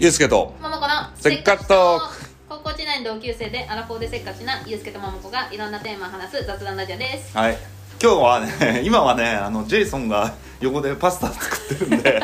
ゆうすけと桃子のせっかちトーク高校時代の同級生でアラフォーでせっかちなゆうすけと桃子がいろんなテーマを話す雑談ラジオですはい今日はね 今はねあのジェイソンが横でパスタ作ってる んで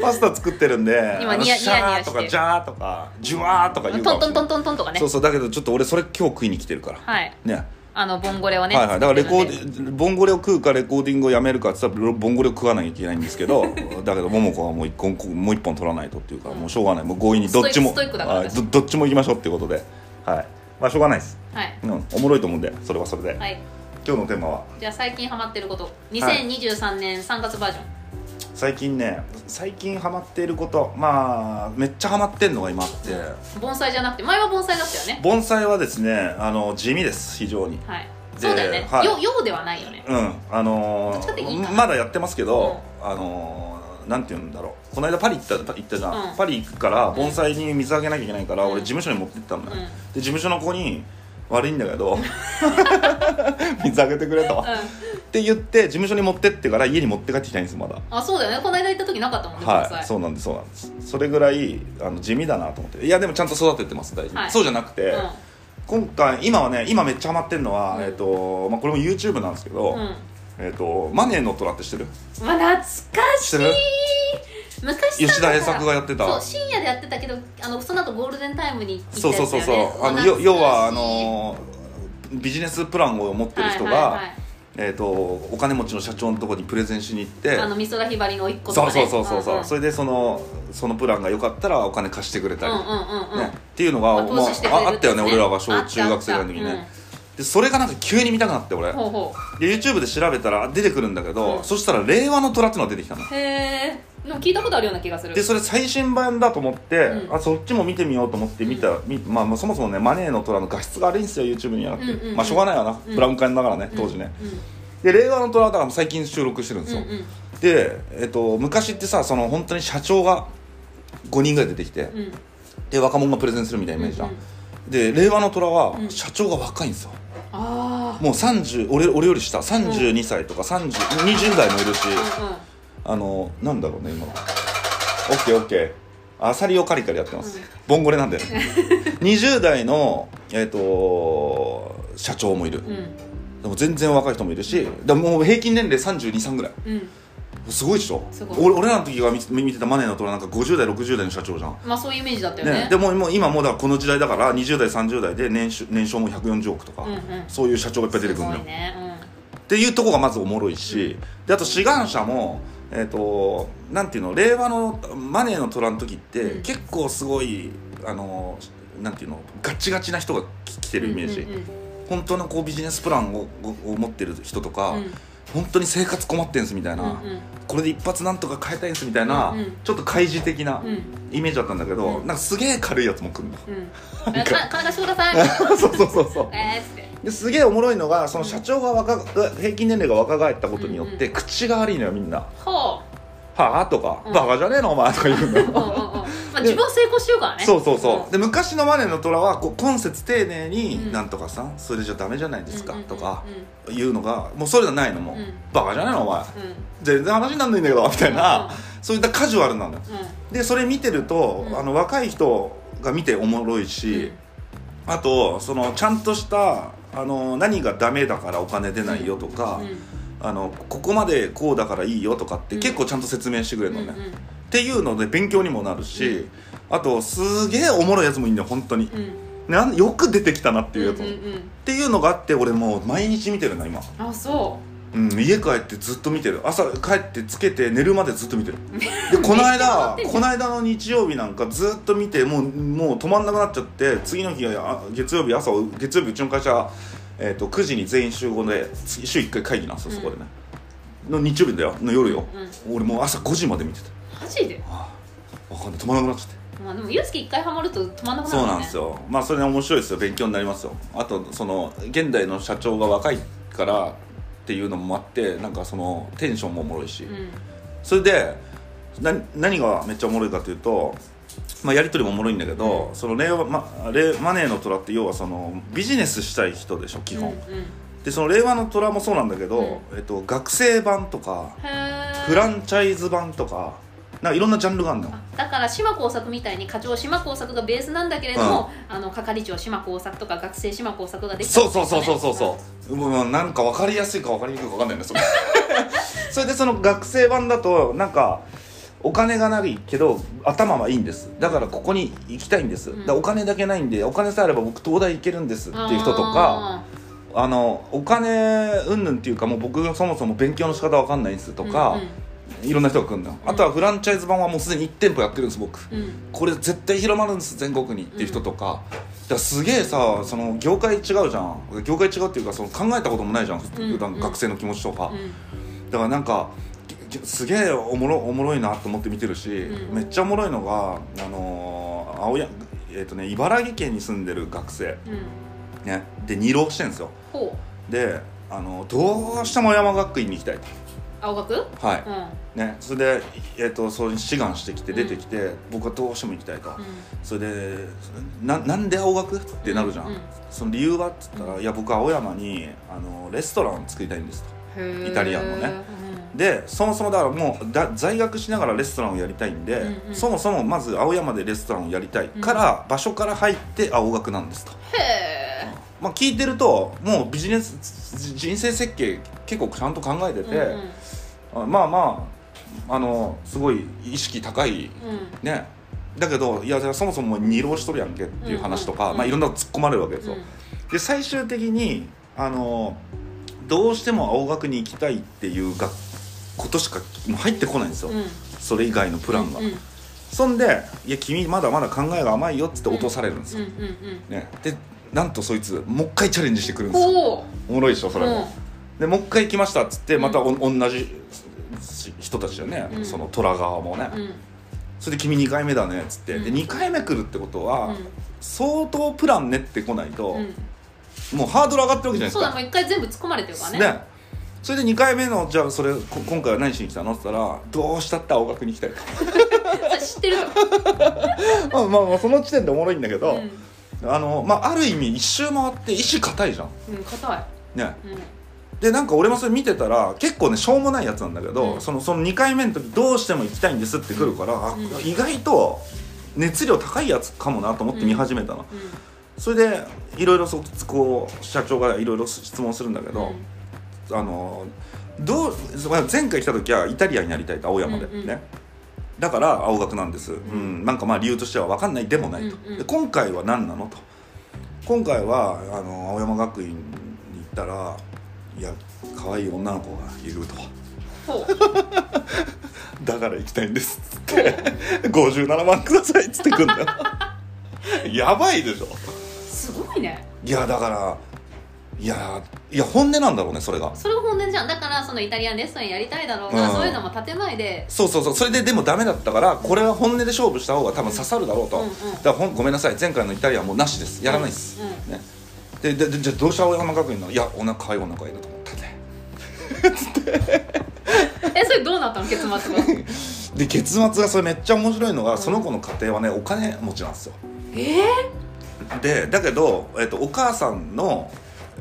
パスタ作ってるんで今あのニヤシャーニヤニヤしてとかジャーとかジュワーとか言うかトンもしトれンなトいントントンとかねそうそうだけどちょっと俺それ今日食いに来てるから、はいねあのボンゴレをねはいはい、だからレコ作ってるんでーデボンゴレを食うかレコーディングをやめるかって言ったらボンゴレを食わなきゃいけないんですけどだけど桃子はもう一本もう一本取らないとっていうか、もうしょうがないもう強引にどっちもストイックストイックだからはいどどっちも行きましょうっていうことではいまあしょうがないです、はいうん、おもろいと思うんでそれはそれで、はい今日のテーマはじゃあ最近ハマってること2023年3月バージョン、最近ね最近ハマっていることまあめっちゃハマってんのが今あって盆栽じゃなくて前は盆栽だったよね盆栽はですねあの地味です非常にはいでそうだよね、はいよようではないよねうんあのどっちかっていいかー、なまだやってますけど、あのー、なんて言うんだろうこの間パリ行ったパ行ったじゃん、うんパリ行くから盆栽に水あげなきゃいけないから、うん俺事務所に持ってったんだよ、うんで事務所の子に悪いんだけど 水あげてくれと、うっんて言って事務所に持ってってから家に持って帰ってきたいんですまだあそうだよねこの間行った時なかったもんね盆栽、はい、そうなんですそうなんですそれぐらいあの地味だなと思っていやでもちゃんと育ててます大事に、はいそうじゃなくて、うん今回今はね今めっちゃハマってるのは、うんえっ、とまあこれも YouTube なんですけど、うんえっ、とマネーの虎って知ってるまあ、懐か知しっいてる昔さ吉田栄作がやってたそう深夜でやってたけどあのその後ゴールデンタイムに行ったそうそうそうそう、あのよ要はあのビジネスプランを持ってる人が、えー、とお金持ちの社長のところにプレゼンしに行ってあの美空ひばりの一個そとか、うね、そうそうそうそう、んんそれでそのそのプランが良かったらお金貸してくれたり、うんうんうんうんね、っていうのが、まあもう投資してくれるああったよねってやつね俺らが小あった中学生ぐらいの時にあったね、でそれがなんか急に見たくなって俺ほうほで YouTube で調べたら出てくるんだけど、うんそしたら「令和の虎」っていうのが出てきたのうへえでも聞いたことあるような気がするでそれ最新版だと思って、うんあそっちも見てみようと思って見た、みまあ、まあそもそもねマネーの虎の画質が悪いんですよ YouTube には、うんうんうんまあしょうがないわな、うんブラウン管だからねうん当時ね、うんで令和の虎だから最近収録してるんですうんよ、うんで、えっと、昔ってさその本当に社長が5人ぐらい出てきて、うんで若者がプレゼンするみたいなイメージじゃん、うんうで令和の虎はうん社長が若いんですよ、あもう30俺俺より下32歳とか30 20代もいるし、あうんうんあのなんだろうね今のオッケーオッケーアサリをカリカリやってます、ボンゴレなんで 20代のえっ、と社長もいる、うんでも全然若い人もいるしでももう平均年齢323ぐらいうんすごいでしょすごい俺俺らの時が見見見てたマネーの虎なんか50代60代の社長じゃんまあそういうイメージだったよねね、でももう今もうだからこの時代だから20代30代で年収年商も140億とか、うんうんそういう社長がいっぱい出てくるのすよごいねっていうとこがまずおもろいし、であと志願者もえっ、となんていうの令和のマネーの虎の時って、うん結構すごいあのなんていうのガチガチな人が来来てうんるイメージ、うんうんうん本当のこうビジネスプランををを持ってる人とか、うん本当に生活困ってんすみたいな、うんうんこれで一発なんとか変えたいんすみたいな、うんうんちょっと開示的なうんイメージだったんだけど、うんなんかすげえ軽いやつも来るんだうんなんかか金貸して くださいそうそうそうそうえーっつってですげえおもろいのがその社長が若が平均年齢が若返ったことによって、うん口が悪いのよみんなほう「はあ?」とか「うんバカじゃねえのお前」とか言うんだようんうんうん まあ自分は成功しようからねそうそうそう、んで昔のマネの虎はこう今節丁寧にう「んなんとかさんそれじゃダメじゃないですか」とかうんうんうん言うのがもうそれじゃないのもう、うんバカじゃねえのお前うんうん全然話になんないんだけど」みたいな、うんそういったカジュアルなんだよでそれ見てると、うんあの若い人が見ておもろいし、あとそのちゃんとしたあの何がダメだからお金出ないよとか、うんあのここまでこうだからいいよとかってうん結構ちゃんと説明してくれるのね、うんっ、ていうので勉強にもなるし、あとすげえおもろいやつもいいんだよ本当に、うんうんうん、なんよく出てきたなっていうやつも、うんっうんうんていうのがあって俺もう毎日見てるな今、あそうん、家帰ってずっと見てる朝帰ってつけて寝るまでずっと見てる でこのめっちゃ間ハマってんじゃんこの間の日曜日なんかずっと見てもうもう止まんなくなっちゃって次の日あ月曜日朝月曜日うちの会社、えー、と9時に全員集合でつ週1回会議なんですよそこでね、の日曜日だよの夜よ、俺もう朝5時まで見てたうマジでわかんない止まらなくなっちゃって、まあでもユースケ一回ハマると止まんなくなるそうなんですよよまあそれね面白いですよ勉強になりますよあとその現代の社長が若いからっていうのもあってなんかそのテンションもおもろいし、うんそれでな何がめっちゃおもろいかというと、まあ、やり取りもおもろいんだけど、その令和ま、令マネーの虎って要はそのビジネスしたい人でしょ基本、うんうん、へでその令和の虎もそうなんだけど、えっと、学生版とかえフランチャイズ版とかなんかいろんなジャンルがあるのよあだから島耕作みたいに課長島耕作がベースなんだけれども、あの係長島耕作とか学生島耕作ができたそうそうそうそうそうそう、もうなんか分かりやすいか分かりにくいか分かんないんだそれ それでその学生版だとなんかお金がないけど頭はいいんですだからここに行きたいんです、うんだからお金だけないんでお金さえあれば僕東大行けるんですっていう人とかあのお金うんぬんっていうかもう僕がそもそも勉強の仕方わかんないんですととか、いろんな人が来るのよ、うんあとはフランチャイズ版はもうすでに1店舗やってるんです僕、うんうんこれ絶対広まるんです全国にっていう人とか,、だからすげえさその業界違うじゃん業界違うっていうかその考えたこともないじゃん、ん普段うん学生の気持ちとか、うんだからなんかききすげえおもろおもろいなと思って見てるし、うんめっちゃおもろいのがあのー青やえっ、とね茨城県に住んでる学生うんうんねで二浪してるんですよほうであのどうしても山学院に行きたい青学うんとはい、うんねそれでえっ、とそれに志願してきて出てきて、僕はどうしても行きたいと、それでななんで青学ってなるじゃん、うんうんその理由はっつったら、いや僕は青山にあのレストラン作りたいんですとへーイタリアンのねでそもそもだからもうだ在学しながらレストランをやりたいんで、うんうんそもそもまず青山でレストランをやりたいから、場所から入って青学なんですと、うんへえまあ、聞いてるともうビジネス人生設計結構ちゃんと考えてて、あまあまああのすごい意識高いねだけどいやそもそも二浪しとるやんけっていう話とか、うんうんうんまあ、いろんなとこ突っ込まれるわけですよ、で最終的にあのどうしても青学に行きたいっていうがことしかもう入ってこないんですよ、それ以外のププランが、うんうんそんで「いや君まだまだ考えが甘いよ」っつって落とされるんですうんよ、うんね、でなんとそいつもう一回チャレンジしてくるうんんですよほうおもろいでしょそれも、うんでもう一回行きましたっつってまたお、同じ人たちよね、うんその虎側もね、うんそれで君2回目だねっつって、うんで2回目来るってことは、うん相当プラン練ってこないと、うもうハードル上がってるわけじゃなんいでそうすだかもう一回全部突っ込まれてるからねねそれで2回目のじゃあそれこ今回は何しに来たのって言ったらどうしたって青学に行きたい それ知ってるととまあまあまあ その時点でおもろいんだけうど、んあのまあある意味一周回って意志固いじゃんうん硬いねうんでなんか俺もそれ見てたら結構ねしょうもないやつなんだけど、うんそのその2回目の時どうしても行きたいんですって来るから、あうん意外と熱量高いやつかもなと思って見始めたの、うんそれでいろいろそこう社長がいろいろ質問するんだけど、あのどうまあ前回来た時はイタリアになりたいと青山で、うんうんねだから青学なんです、うんんなんかまあ理由としては分かんないでもないと、うんうんで今回は何なのと今回はあの青山学院に行ったらいや可愛い女の子がいると ほうだから行きたいんですっつって 「57万ください」っつってくん だよやばいでしょすごいねいやだからいやいや本音なんだろうねそれがそれが本音じゃんだからそのイタリアンレストランやりたいだろうな、うんそういうのも建前でそうそうそうそれででもダメだったからこれは本音で勝負した方が多分刺さるだろうと、うんうんだからほんごめんなさい前回のイタリアンはもうなしですやらないです、うんね、でででじゃあどうした青山学院のいやお腹かいお腹いると思ったねえそれどうなったの結末は で結末がそれめっちゃ面白いのが、その子の家庭はねお金持ちなんですよええでだけど、えっとお母さんの、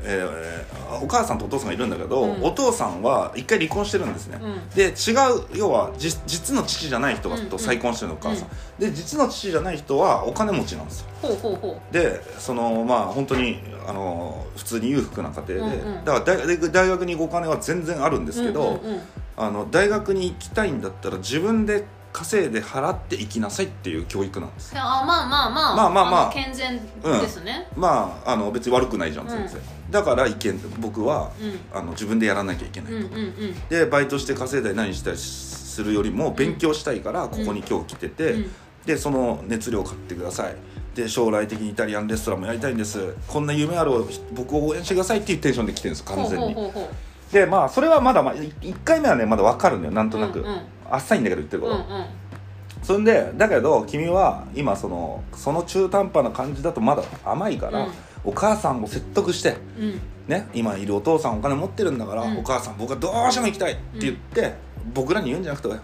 えーお母さんとお父さんがいるんだけど、うんお父さんは一回離婚してるんですね、うんで違う要はじ実の父じゃない人がと再婚してるのお母さん、で実の父じゃない人はお金持ちなんですよほうほうほでそのまあ本当にあの普通に裕福な家庭で、うんうんだから大大大学にお金は全然あるんでうすけど、うんうんうんあの大学に行きたいんだったら自分で稼いで払って行きなさいっていう教育なんですいやあまあまあまあまあまあまあの健全ですね、まああの別に悪くないじゃん全然、だから意見僕はうあの自分でやらなきゃいけない、うんうんうんでバイトして稼いだり何したりするよりも勉強したいからここに今日来てて、うんでその熱量を買ってくださいで将来的にイタリアンレストランもやりたいんですこんな夢ある僕を応援してくださいっていうテンションで来てるんです完全ほうにほうほうほでまあそれはまだ、まあ、1回目はねまだ分かるんだよなんとなく、うんうん浅いんだけど言ってるうこうと、んうんそんでだけど君は今そのその中途半端な感じだとまだ甘いから、うんお母さんを説得してうんね今いるお父さんお金持ってるんだから、うんお母さん僕はどうしても行きたいって言って、僕らに言うんじゃなくて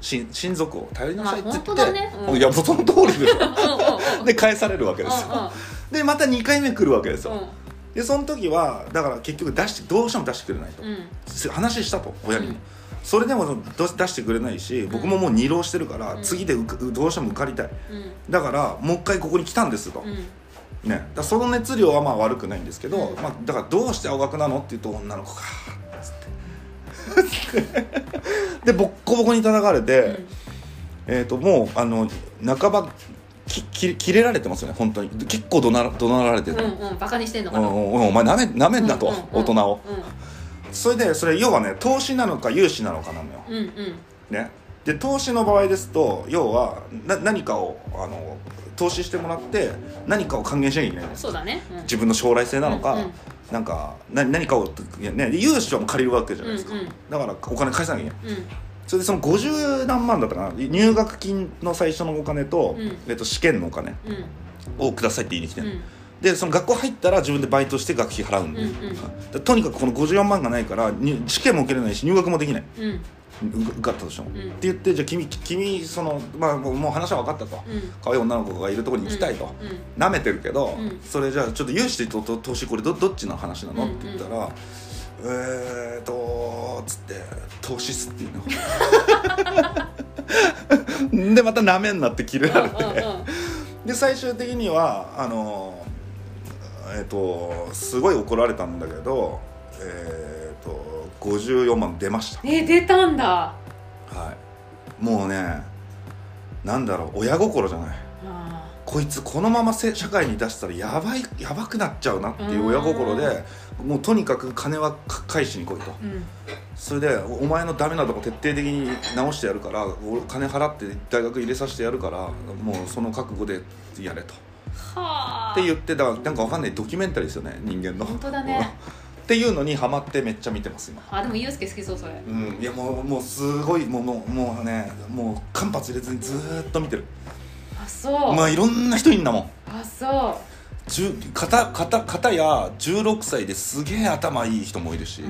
し親族を頼りなさいって言って、まあ本当だねうんいやもうその通りですようんうんで返されるわけですよ、でまた2回目来るわけですよ、うでその時はだから結局出してどうしても出してくれないと、んうんうん話したと親にも、うんそれでもど出してくれないし僕ももう2浪してるから、うん次で受かどうしても受かりたいうんだからもう一回ここに来たんですと、うね、だんからその熱量はまあ悪くないんですけど、うんまあ、だからどうして青学なのって言うと女の子かつって でボッコボコに叩かれて、うんえー、ともうあの半ばきき切れられてますよね本当にで結構怒鳴ら怒鳴られてうる、んうんバカにしてんのうかんなうんうんお前なめなめんだと、うんうんうん大人をうそれでそれ要はね投資なのか融資なのかなのよ、んうんうんね、で投資の場合ですと要はな何かをあの投資してもらって何かを還元しなきゃいけないんですそうだねうん自分の将来性なのか、うんうんなんかな何かを、いやね、で融資はもう借りるわけじゃないですか、うんうんだからお金返さなきゃいけないうんそれでその50何万だったかな入学金の最初のお金と、うんえっと、試験のお金うんをくださいって言いに来てうる、んでその学校入ったら自分でバイトして学費払うんで、うんうんでとにかくこの54万がないからに試験も受けれないし入学もできないうんう受かったとしても、んって言ってじゃあ君君その、まあ、もうもう話は分かったと、うん可愛い女の子がいるところに行きたいと、うんうん舐めてるけど、うんそれじゃあちょっと融資とと投資これどどっちの話なの、うんうんって言ったら「えーと」つって「投資っす」っていう のでまた舐めんなって切れられてで最終的にはあのえっ、とすごい怒られたんだけどえっ、と54万出ましたえ出たんだはい、もうねなんだろう親心じゃないあこいつこのまませ社会に出したらやばいやばくなっちゃうなっていう親心でもうとにかく金はか返しに来いとーうんそれでおお前のダメなとこ徹底的に直してやるから俺金払って大学入れさせてやるからもうその覚悟でやれとはあって言ってだからなんかわかんないドキュメンタリーですよね人間の本当だねっていうのにハマってめっちゃ見てます今あでもユうスケ好きそうそれうん、いやもうもうすごいもうもうもうねもう間髪入れずにずーっと見てるあそう、まあいろんな人いんだもんあそう10片片片や16歳ですげえ頭いい人もいるし、うん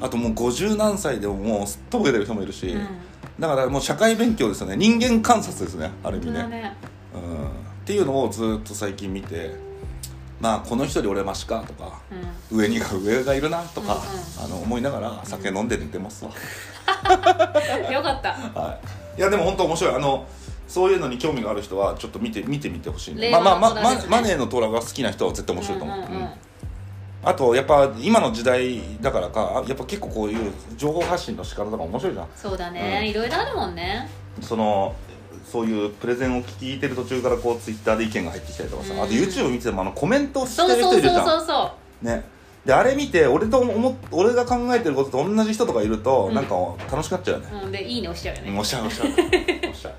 あともう50何歳でももうすっとぼけてる人もいるし、うんだからもう社会勉強ですよね人間観察ですねある意本味当だねねうん、っていうのをずっと最近見てまあこの人より俺はマシかとかうん上にが上がいるなとか、うんあの思いながら酒飲んで寝てますわ、よかった。はい、いやでも本当面白いあのそういうのに興味がある人はちょっと見て見てみてほしいね令ま和あのまあ、ま虎まですねマネーの虎が好きな人は絶対面白いと思う,、うんうんうんあとやっぱ今の時代だからかあやっぱ結構こういう情報発信の仕方とか面白いじゃんそうだね、うんいろいろあるもんね。そのそういうプレゼンを聞いてる途中からこうツイッターで意見が入ってきたりとかさ、うんあと YouTube 見ててもあのコメントをしてそうる人そいうるじゃんそうそうそう。ねであれ見て俺と思っ俺が考えてることと同じ人とかいると、うんなんか楽しくなっちゃうよねうん、でいいね押しちゃうよね。おしゃおしゃ おしゃ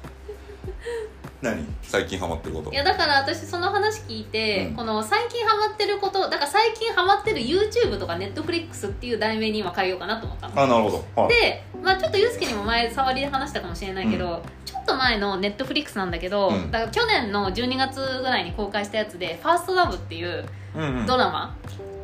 何最近ハマってることいやだから私その話聞いて、うんこの最近ハマってることだから最近ハマってる YouTube とか Netflix っていう題名に今変えようかなと思ったの。あなるほど、はい、で、まあ、ちょっとユースケにも前触りで話したかもしれないけど、ちょっと前の Netflix なんだけど、うんだから去年の12月ぐらいに公開したやつで「ファーストラブっていううんうんドラマ、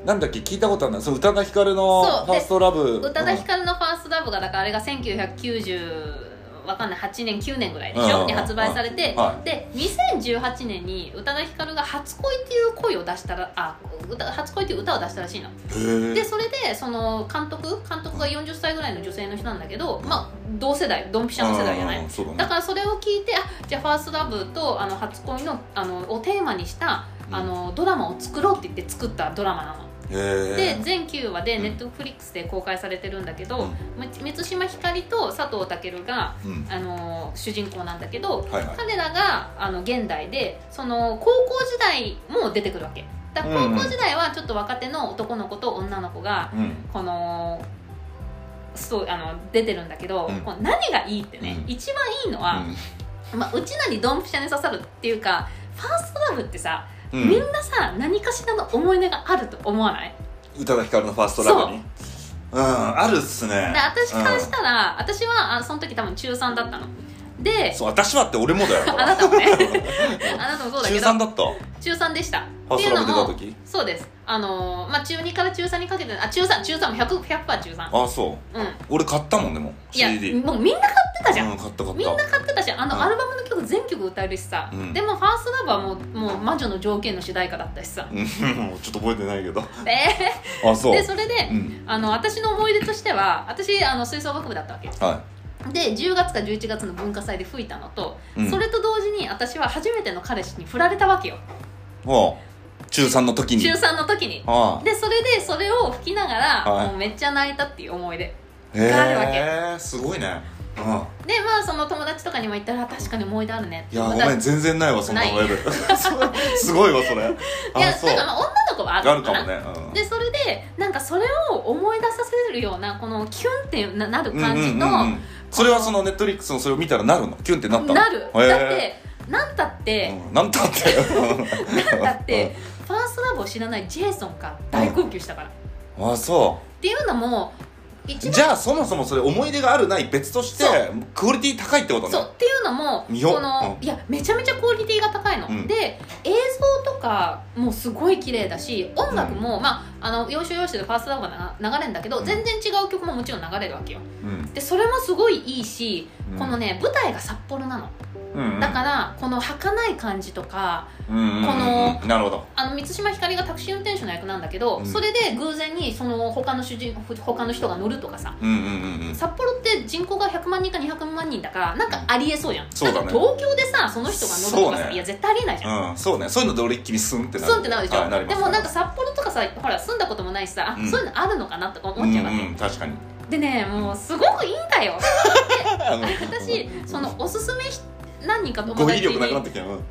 なんだっけ聞いたことあるなその宇多田ヒカルのそうファーストラブ宇多田ヒカルの「ファーストラブがだからあれが1990わかんない8年9年ぐらいでしうんうんうょんに発売されて、はで2018年に宇多田ヒカルが「初恋」っていう恋を出したらあ歌初恋っていう歌を出したらしいのうんへでえそれでその監督監督が40歳ぐらいの女性の人なんだけどまあ同世代ドンピシャの世代じゃないうんそうだねだからそれを聞いてあじゃあ「ファーストラブとあの初恋のあのをテーマにしたうんあのドラマを作ろうって言って作ったドラマなのへでえ全9話でうんネットフリックスで公開されてるんだけど、うんむ満島ひかりと佐藤健が、うんあのー主人公なんだけど、はいはい彼らがあの現代でその高校時代も出てくるわけだからうんうん高校時代はちょっと若手の男の子と女の子がうんこのそうあの出てるんだけど、うんこう何がいいってね、うん一番いいのは、まあ、うちなりドンピシャに刺さるっていうかファーストラブってさ、うんみうんなさ何かしらの思い出があると思わないん宇多田ヒカルのファーストラブにうんあるっすねで私からしたら、私はあその時多分中3だったのうんでそう私はって俺もだよ あなたもねあなたもそうだ中けど3だった中 3, でしたファーストラブ出た時そうですあのーまあ、中2から中3にかけてあ中3中3も 100%, 100中3あそううん俺買ったもんでもいや CD もうみんな買ってたじゃん、うん、買った買ったみんな買ってたしあうんのアルバムの曲全曲歌えるしさ、うんでも「ファーストラブはもうもう魔女の条件の主題歌だったしさ、うんちょっと覚えてないけどえあそうでそれで、うんあの私の思い出としては私あの吹奏楽部だったわけはで10月か11月の文化祭で吹いたのと、い、うん、それと同時に私は初めての彼氏に振られたわけよはあ中3の時に中3の時にはあでそれでそれを吹きながら、はいもうめっちゃ泣いたっていう思い出へがあるわけえすごいねうでまあその友達とかにも言ったら確かに思い出あるねんいやご友めん達全然ないわそんな思い 出すごいわそれいやあそうなんかまあ女の子はあるあるのかかなもねでそれでなんかそれを思い出させるようなこのキュンってななるうん感じの、うんうんうんうんそれはそのネットリックスのそれを見たらなるのキュンってなったのなるへえだってなんだって、うんなんたってなん だって、ファーストラブを知らないジェイソンが大号泣したから、っうんあそていうのも一う番じゃあそもそもそれ思い出があるない別としてそクオリティ高いってことねそうっていうのも見ようこの、ういやめちゃめちゃクオリティが高いの、うんで映像とかもすごい綺麗だし音楽も、まああの要所要所でファーストラブがな流れるんだけど、うん全然違う曲ももちろん流れるわけようんでそれもすごいいいし、うんこのね舞台が札幌なのうんうんだからこの儚い感じとかうんうんうんうんこのなるほどあの満島ひかりがタクシー運転手の役なんだけど、うんそれで偶然にその他の主人他の人が乗るとかさうんうんうんうん札幌って人口が100万人か200万人だからなんかありえそうじゃん、そうだねなんか東京でさその人が乗るとかそうさ、ねいや絶対ありえないじゃん、うん、そうねそういうので俺一気にスンってなるそうってなるでしょ、はいりまですもなんか札幌とかさほら住んだこともないしさ、あうんそういうのあるのかなとか思っちゃうわけ、んん、確かにでねもうすごくいいんだよ 私そのおすすめひ何人か友語達彙に力なくなってきたよ、うん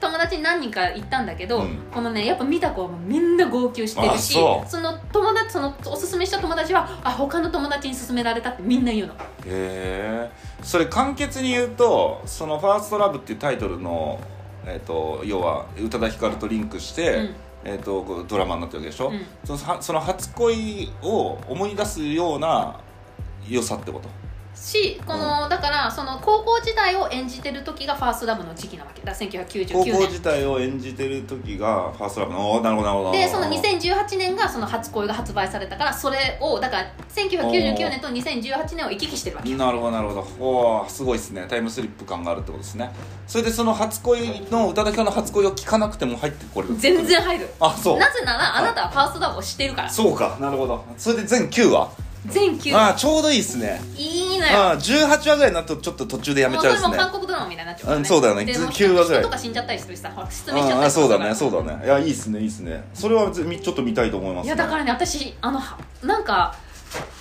友達に何人か行ったんだけど、うんこのねやっぱ見た子はもうみんな号泣してるしあそその友達そのおすすめした友達はあ他の友達に勧められたってみんな言うのへえそれ簡潔に言うと「そのファーストラブっていうタイトルの、えっと要は宇多田ヒカルとリンクして、うんえっとこうドラマになってるわけでしょ、うんそのはその初恋を思い出すような良さってことしこの、だからその高校時代を演じてる時がファーストラブの時期なわけだ高校1999年自体を演じてる時がファーストラブのおーなるほどなるほどでその2018年がその初恋が発売されたからそれをだから1999年と2018年を行き来してるわけなるほどなるほどおーすごいですねタイムスリップ感があるってことですねそれでその初恋の宇多田ヒカルの初恋を聞かなくても入ってこれる全然入るあそうなぜならあなたはファーストラブを知ってるからそうかなるほどそれで全9話全9ああちょうどいいですねいいのよああ18話ぐらいになるとちょっと途中でやめちゃうですもねうそれも韓国ドラマみたいになっちゃうからうんそうだよねでもう9話ぐらい人とか死んじゃったりするしさ、ほら失明しちゃっあたありするそうかだらねそうだねいやいいっすねいいっすねそれは別にちょっと見たいと思います、ね、いやだからね、私あのはなんか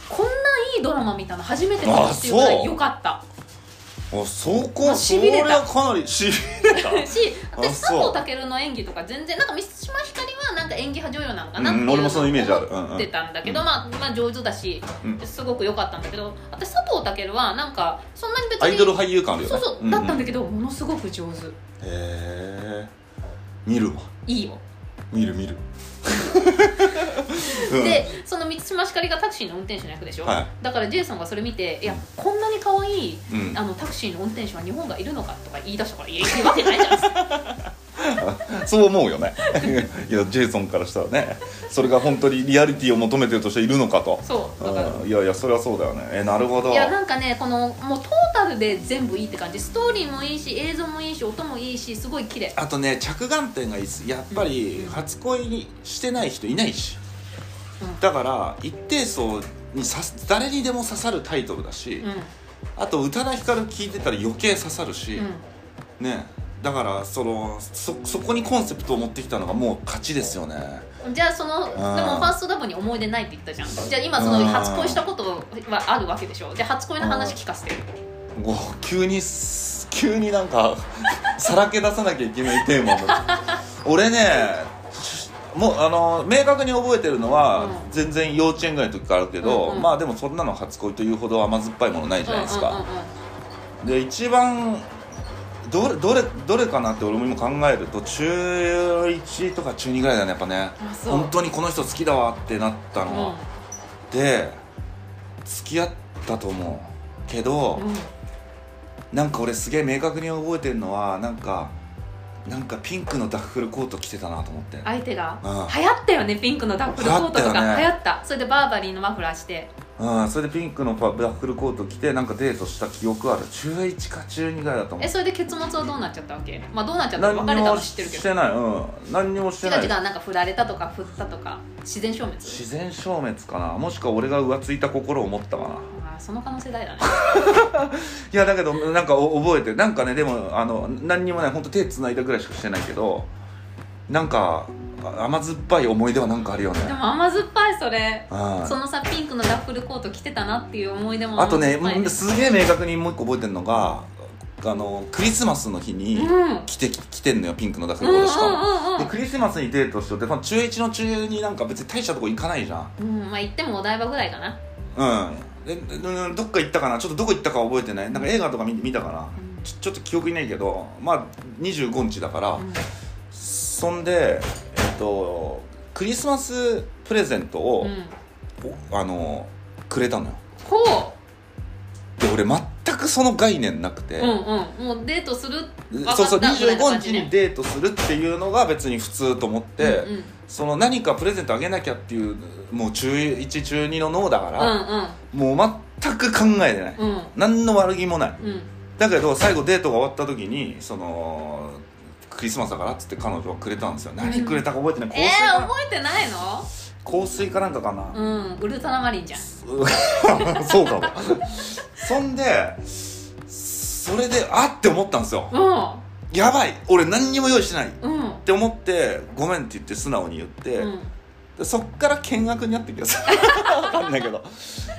こんないいドラマ見たの初めてだっていうぐあらそうい良かった。あそまこあそ痺れれたはかなりしびれたし、あでそう佐藤健の演技とか全然なんか三島ひかりはなんか演技派女優なのかなっうてんいう俺もそのイメージあるうんうん思ってたんだけど、まあまあ上手だしうん、すごく良かったんだけど、私佐藤健はなんかそんなに別にアイドル俳優感あるよそねうそう、だったんだけどものすごく上手。けどへえ見るわいいよ、見る見 るでその満島ひかりがタクシーの運転手の役でしょ、はいだからジェイソンがそれ見て「いやこんなに可愛いうん、うんあのタクシーの運転手は日本がいるのか?」とか言い出したから「いやいるわけないじゃないですか」そう思うよね いやジェイソンからしたらねそれが本当にリアリティを求めてるとしているのかとそうだか ら。うんいやいやそれはそうだよねえなるほどいやなんかねこのもうトータルで全部いいって感じストーリーもいいし映像もいいし音もいいしすごい綺麗あとね着眼点がいいっすやっぱり初恋にしてない人いないし、うんだから一定層にさ誰にでも刺さるタイトルだし、うんあと宇多田ヒカル聞いてたら余計刺さるし、うんねだからそのそそこにコンセプトを持ってきたのがもう勝ちですよねじゃあそのでもファーストラブに思い出ないって言ったじゃんじゃあ今その初恋したことはあるわけでしょじゃあ初恋の話聞かせてお急にす急になんかさらけ出さなきゃいけないテーマになった俺ねもうあの明確に覚えてるのは、うん全然幼稚園ぐらいの時からあるけど、うんうんまあでもそんなの初恋というほど甘酸っぱいものないじゃないですか、うんうんうんうんで一番どれどれどれかなって俺も今考えると中1とか中2ぐらいだねやっぱねあそう本当にこの人好きだわってなったのは、で付き合ったと思うけど、うんうんなんか俺すげえ明確に覚えてるのはなんかなんかピンクのダッフルコート着てたなと思って相手がああ流行ったよねピンクのダッフルコートと流行ったよかね流行ったそれでバーバリーのマフラーしてあそれでピンクのパダッフルコート着てなんかデートした記憶ある中1か中2ぐらいだと思えうそれで結末はどうなっちゃったわけまあどうなっちゃった何かに別れたもの知ってるけしどてないうん何にもして違うない違うなんか振られたとか振ったとか自然消滅自然消滅かなもしくは俺が浮ついた心を持ったかなああその可能性大だね いやだけどなんかお覚えてなんかねでもあの何にもない本当手つないだぐらいしかしてないけどなんかあ甘酸っぱい思い出はなんかあるよねでも甘酸っぱいそれうんそのさピンクのダッフルコート着てたなっていう思い出もあとね甘酸っぱいですすげえ明確にもう一個覚えてるのがあのクリスマスの日うんにうんうんうん来て来てんのよピンクのダッフルコーうトしかも。んでクリスマスにデートしてて、まあ、中1の中2なんか別に大したとこ行かないじゃんうんまあ行ってもお台場ぐらいかなうんえうんどっか行ったかなちょっとどこ行ったか覚えてないなんか映画とか見見たかなうんちょちょっと記憶にないけどまあ25日だから、うんそんでえっとクリスマスプレゼントを、うんおあのくれたのよこで俺全くその概念なくて、ううんうんもうデートする分かったそうそうぐらいの25感じ日ねにデートするっていうのが別に普通と思って、うんうんその何かプレゼントあげなきゃっていうもう中1中2の脳だかうら、んもう全く考えてない、うんうん何の悪気もないうんだけど最後デートが終わった時にそのクリスマスだからっつって彼女はくれたんですよ何くれたか覚えてない、香え水ー、か覚えてないの香水かなんかかな、うんウルトラマリンじゃん そうかもそんでそれであって思ったんですようやばい俺何にも用意してないっんうんて思ってごめんって言って素直に言って、うんでそっから見悪になってきた わかんないけど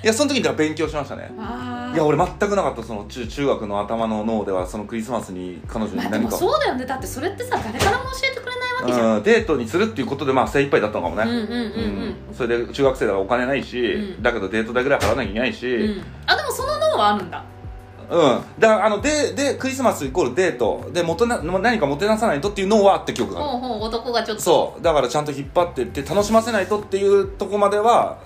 いやその時だから勉強しましたねあいや俺全くなかったその中中学の頭の脳ではそのクリスマスに彼女まあにで何もか、そうだよねだってそれってさ誰からも教えてくれないわけじゃんうん、デートにするっていうことでまあ精一杯だったのかもねうんうんうんうんうんそれで中学生だからお金ないし、うんだけどデート代ぐらい払わなきゃいけないし、うんあでもその脳はあるんだうん、だあのででクリスマスイコールデートでもとな何かもてなさないとっていうのはあって記憶があるほうほう男がちょっとそうだからちゃんと引っ張ってって楽しませないとっていうとこまでは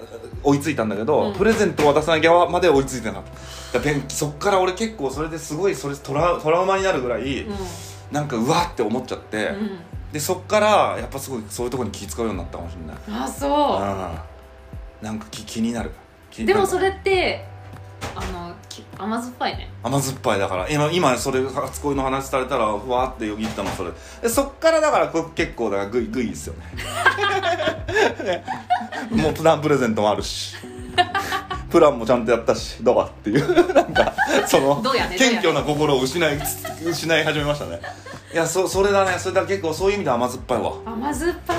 追いついたんだけど、うんプレゼントを渡さなきゃまでは追いついてなかっただから勉そっから俺結構それですごいそれトラトラウマになるぐらい、うんなんかうわって思っちゃって、うんでそっからやっぱすごいそういうとこに気使うようになったかもしれないあそあーなんか気気になる気うにでなるもそれってあのき甘酸っぱいね甘酸っぱいだから今今それ初恋の話されたらふわーってよぎったのそれでそっからだからこ結構だからグイグイですよねね もうプランプレゼントもあるしプランもちゃんとやったしどうかっていうなんかそのどうやね謙虚な心を失いつつ失い始めましたねいやそそれだねそれだ結構そういう意味で甘酸っぱいわ甘酸っぱい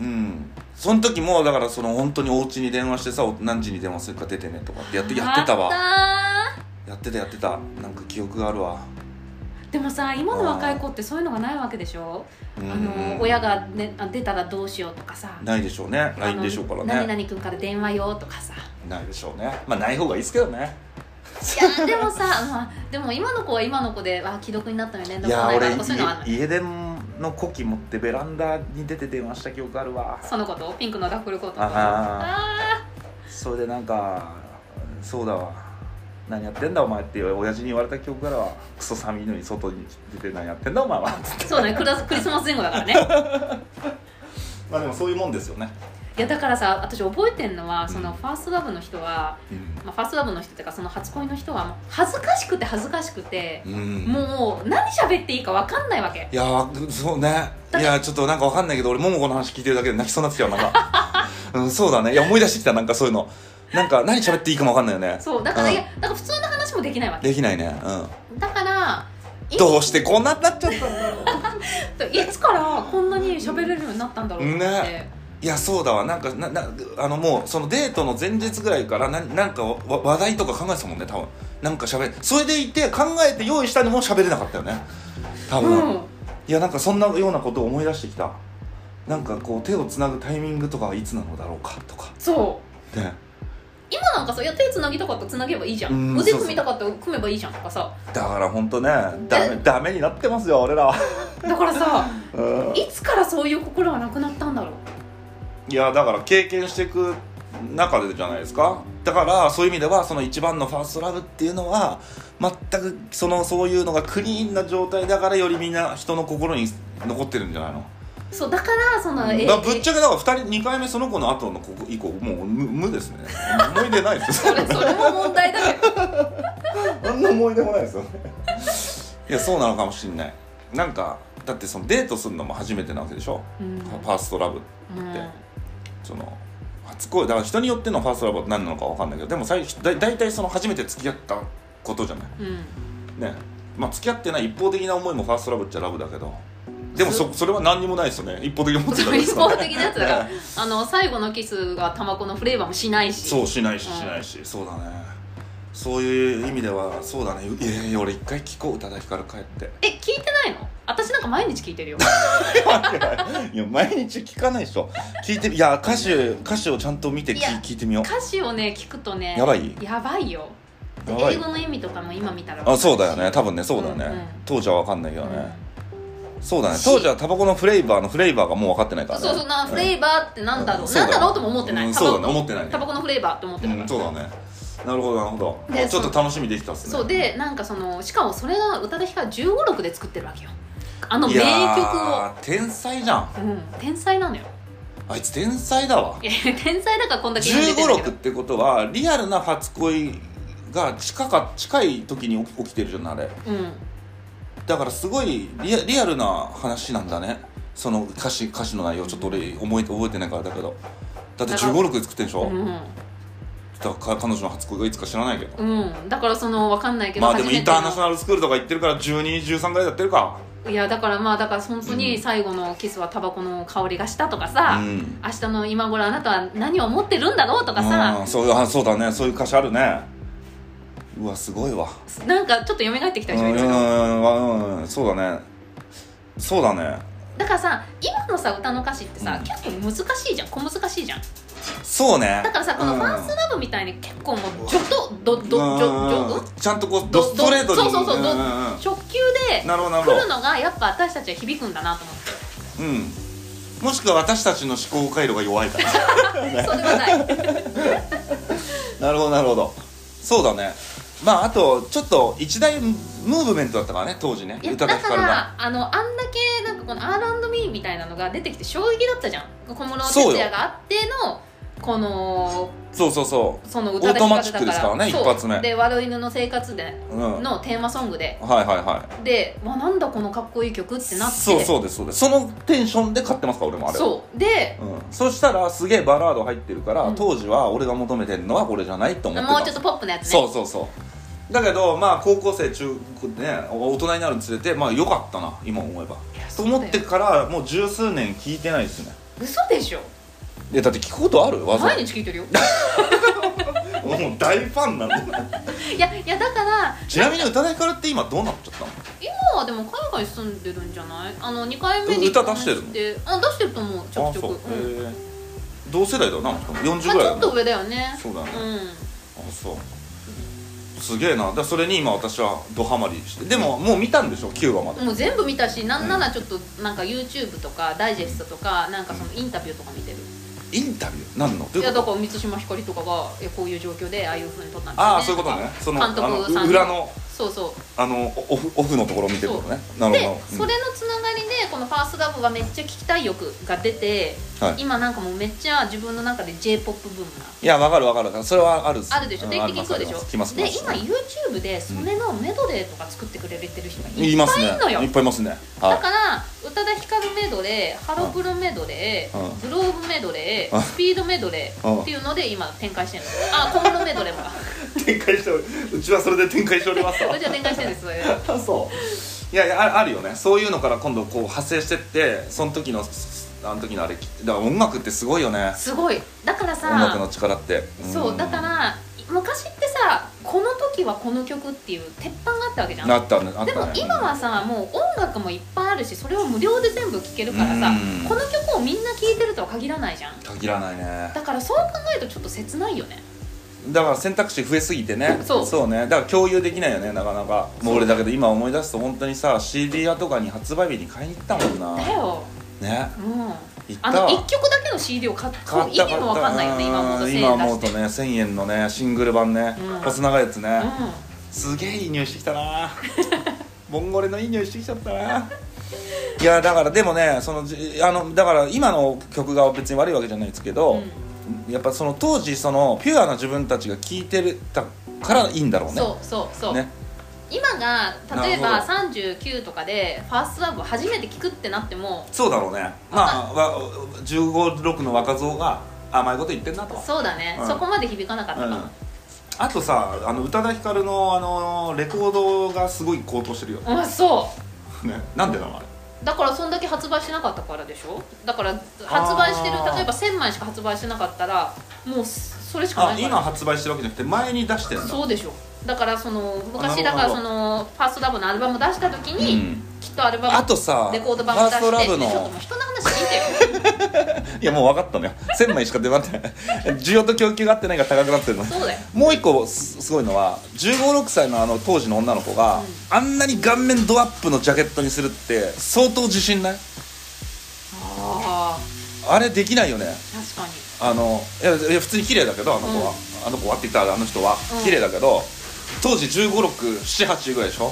うんその時もだからその本当にお家に電話してさお何時に電話するか出てねとかってやってやってたわあっやってたやってたなんか記憶があるわたでもさ今の若い子ってそういうのがないわけでしょああの親が、ね、あ出たらどうしようとかさないでしょうねあ LINE のでしょうから何ね々君から電話よと かさないでしょうねまあない方がいいですけどねいやでもさ、まあ、でも今の子は今の子であ既読になったのに連絡いや来ない俺とかそういうのはあんない家電のコキ持ってベランダに出て電話した記憶あるわその子とピンクのダッフルコートとああそれでなんかそうだわ何やってんだお前って親父に言われた記憶からはクソ寒いのに外に出て何やってんだお前はつってーそうだねクラスクリスマス前後だからねまあでもそういうもんですよね、いやだからさ私覚えてんのはそうのんファーストラブの人は、うんまあ、ファーストラブの人っていうかその初恋の人はもう恥ずかしくて恥ずかしくて、もうもう何喋っていいか分かんないわけいやーそうねいやーちょっとなんかわかんないけど俺桃子の話聞いてるだけで泣きそうになってきたよなんか、 うん、そうだねいや思い出してきたなんかそういうのなんか何喋っていいかもわかんないよねそうだから、うんいやだから普通の話もできないわけできないねうんだからどうしてこんなになっちゃったんだろういつからこんなに喋れるようになったんだろうって、ねいやそうだわなんかななあのもうそのデートの前日ぐらいからななんかわ話題とか考えてたもんね多分なんか喋それでいて考えて用意したのも喋れなかったよね多う分、んいやなんかそんなようなことを思い出してきたなんかこう手をつなぐタイミングとかはいつなのだろうかとかそうね今なんかさいや手つなぎたかったらつなげばいいじゃん、うん腕組みたかったら組めばいいじゃんとかさだから本当ねダメダメになってますよ俺らは、だからさうんいつからそういう心はなくなったんだろういやだから経験していく中でじゃないですかだからそういう意味ではその一番のファーストラブっていうのは全くそのそういうのがクリーンな状態だからよりみんな人の心に残ってるんじゃないのそうだからそのえだからぶっちゃゃけだから 2, 人2回目その子の後のここ以降もう無無ですね思い出ないですそよれそれも問題だけど何の思い出もないですよねいやそうなのかもしんないなんかだってそのデートするのも初めてなわけでしょ、うんファーストラブうんその初恋だから人によってのファーストラブって何なのか分かんないけどでも最だ大体その初めて付き合ったことじゃないうんねまあ付き合ってない一方的な思いもファーストラブっちゃラブだけどでもそそれは何にもないですよね 一方的に思ってたそだうけで一すか方ら的ねなやつが、あの最後のキスがタバコのフレーバーもしないしそうしないしうんしないし、そうだねそういう意味ではそうだねいやいや俺一回聞こう宇多田ヒカル帰ってえ聞いてないの私なんか毎日聞いてるよ いや毎日聞かないでしょ聞いてみいや歌詞歌詞をちゃんと見ていきや聞いてみよう歌詞をね聞くとねやばいやばいよでやばい英語の意味とかも今見たらあそうだよね多分ねそうだよね、うんうん当時は分かんないけどね、そうだねし当時はタバコのフレーバーのフレーバーがもう分かってないからねそうそうなフレーバーってなんだろう、うんなんだろうとも思ってない、うんタバコそうだね思ってないねタバコのフレーバーって思ってなかうっんた、そうだねなるほどなるほどでちょっと楽しみできたっすねそうでなんかそのしかもそれが宇多田ヒカル1 5 6で作ってるわけよあのい名や曲ー天才じゃんを、うん、天才なのよあいつ天才だわいや天才だからこんだけ1 5る六ってことはリアルな初恋が近か近い時に起き起きてるじゃんあれうんだからすごいリアリアルな話なんだねその歌詞歌詞の内容ちょっと俺思え覚えてないからだけどだって1 5六で作ってるでしょ、だから彼女の初恋がいつか知らないけどうん、うん、だからそのわかんないけどまあでも初めイてンのターナショナルスクールとか行ってるから1213ぐらいやってるかいやだからまあだから本当に最後のキスはタバコの香りがしたとかさ、うん明日の今頃あなたは何を思ってるんだろうとかうさん、そういうあそうだねそういう歌詞あるねうわすごいわなんかちょっと蘇ってきたうでしんうょいろいろんうんそうだねそうだねだからさ今のさ歌の歌詞ってさ、うん結構難しいじゃん小難しいじゃんそうねだからさこの「ファーストラブ」みたいに結構もう「ジョとどどジョジョうんんちゃんとこうドストレートにそうそうそううんどんん直球でなるほどなるほ来るのがやっぱ私たちは響くんだなと思ってどうんもしくは私たちの思考回路が弱いからそうではないなるほどなるほどそうだねまああとちょっと一大ムーブメントだったからね当時ねいや歌だがかかかるらあのあんだけなんかこの R&B みたいなのが出てきて衝撃だったじゃん小室哲也があってのこのそうそうそそのオー歌トマチッだクですからねそう一発目で「悪犬の生活で」う、うん、はいのテーマソングではいはいで「わなんだこのかっこいい曲」ってなってそうそうですそうですそのテンションで買ってますから俺もあれう、そうでうん、そしたらすげえバラード入ってるから、うん当時は俺が求めてるのはこれじゃないと思ってたもうちょっとポップなやつねそうそうそうだけどまあ高校生中ね大人になるにつれてまあ良かったな今思えばいやとそうだよ思ってからもう十数年聞いてないですね嘘でしょえだって聞くことあるわざわざ毎日聞いてるよもう大ファンなんだいやいやだからちなみに宇多田ヒカルって今どうなっちゃったの今はでも海外住んでるんじゃないあの2回目に歌出してるのあ出してると思うちょくちょくあそう、うんへえ同世代だよな40まあ、ぐちらいょだっよと上だよねそうだねうあそうすげえなだからそれに今私はドハマりしてでももう見たんでしょ9話までん、もう全部見たしなんならちょっとなんか YouTube とかダイジェストとかなんかそのインタビューとか見てる、インタビュー何のどういいうやことだから満島ひかりとかがいやこういう状況でああいうふうに撮ったんですよねああそういうことねその監督あのさん裏のそうそうあのオフオフのところを見てることねなるでほどうんそれのつながりでこの「ファーストラブはめっちゃ聴きたい欲が出はいて、今なんかもうめっちゃ自分の中で j p o p ブームがいやわかるわかるそれはあるっすあるでしょうん定あ期的りまにすそうでしょあります来ますで来ま今す YouTube でそれのメドレーとか作ってくれてる人がいいっぱますいいねるのよ、いっぱいいますねだはから宇多田ヒカルメドレーハロプロメドレうんーグローブメドレうんースピードメドレうんーっていうので今展開してるのあ小室メドレーもかい展開しておりうちはそれで展開しておりますわうちは展開してるんですそれであ そういやいやああるよねそういうのから今度こう派生してってその時のあの時のあれだから音楽ってすごいよねすごいだから音楽のさ力ってんそうだから昔ってさこの時はこの曲っていう鉄板があったわけじゃんなったねあったねでも今はさもう音楽もいっぱいあるしそれを無料で全部聴けるからさうんこの曲をみんな聴いてるとは限らないじゃん限らないねだからそう考えるとちょっと切ないよねだから選択肢増えすぎてねそうねだから共有できないよねなかなかもう俺だけど今思い出すと本当にさ CD 屋とかに発売日に買いに行ったもんなだよねうん行ったあわの一曲だけの CD を買って買っ意た味も分かんないよね今思うと今1000円出思うしてとね1000円のねシングル版ねうん細長いやつね、うんすげえいい匂いしてきたな ボンゴレのいい匂いしてきちゃったないやだからでもねそのじあのだから今の曲が別に悪いわけじゃないですけど、やっぱその当時そのピュアな自分たちが聴いてるたからいいんだろうねそうそうそう、ね今が例えなばるほ39とかでファーストラブを初めて聞くってなってもそうだろうねまあわ156の若造が甘いこと言ってんなとそうだね、うんそこまで響かなかったかも、あとさあの宇多田ヒカルのあのレコードがすごい高騰してるよ、ね、あそなんでなのあれうだからそんだけ発売しなかったからでしょだから発売してるあー例えば1000枚しか発売してなかったらもうそれしかあないか今ら発売してるわけじゃなくて前に出してるんだそうでしょだからその昔なだるほどからそのファーストラブのアルバム出した時うに、ん、きっとアルバム あとさレコード版ファもー出ストラしてブってちょのっと もう人の話聞いてよいやもう分かったのよ1000枚しか出まってない 需要と供給が合ってないから高くなってるのそうだよもう一個すすごいのは1 5 6歳のあの当時の女の子が、うんあんなに顔面ドアップのジャケットにするって相当自信ないああれできないよねー確かにあのいやいや普通に綺麗だけどあの子は、あの子はって言ったらあの人は、うん綺麗だけど当時1 5 6 7 8ぐらいでしょ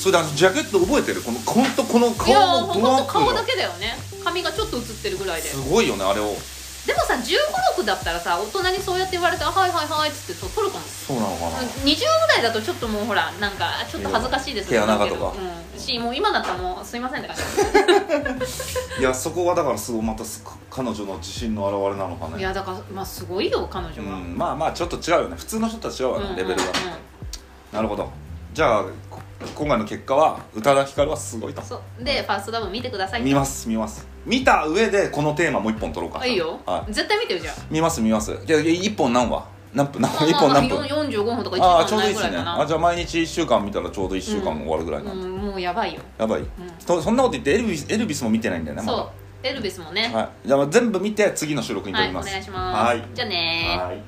それであのジャケット覚えてるこのほんとこのいや顔の本ドア当ップ顔のだけだよね髪がちょっと映ってるぐらいですごいよねあれをでもさ1 5 6だったらさ大人にそうやって言われたら「はいはいはい」っつってと撮るかもそうなのかな、 20ぐらいだとちょっともうほらなんかちょっと恥ずかしいです毛穴がけどとかうん、しもう今だったらもうすいませんって感いやそこはだからすごいまたすご彼女の自信の表れなのかじいねやだからまあすごいよ彼女うは、んまあまあちょっと違うよね普通の人とは違うわうんね、うんレベルが、うなるほどじゃあこ今回の結果は宇多田ヒカルはすごいとんそうでファーストダブ見てください見ます見ます見た上でこのテーマもう一本取ろうかあいいよ、は絶対見てよ じゃあい、見ます見ますいやいや一本何話何分何まあ分一本まあ何まあ分45分とか1時ああちょ間うどいないいでぐすらいねかあなじゃあ毎日1週間見たらちょうど1週間終わるぐらいな、うん、もうやばいよ、やばい、とそんなこと言ってエルビスエルビスも見てないんだよねまだそうエルビスもねはい、じゃあ全部見て次の収録には飛い、びおます、願いします。はいじゃあねー。はい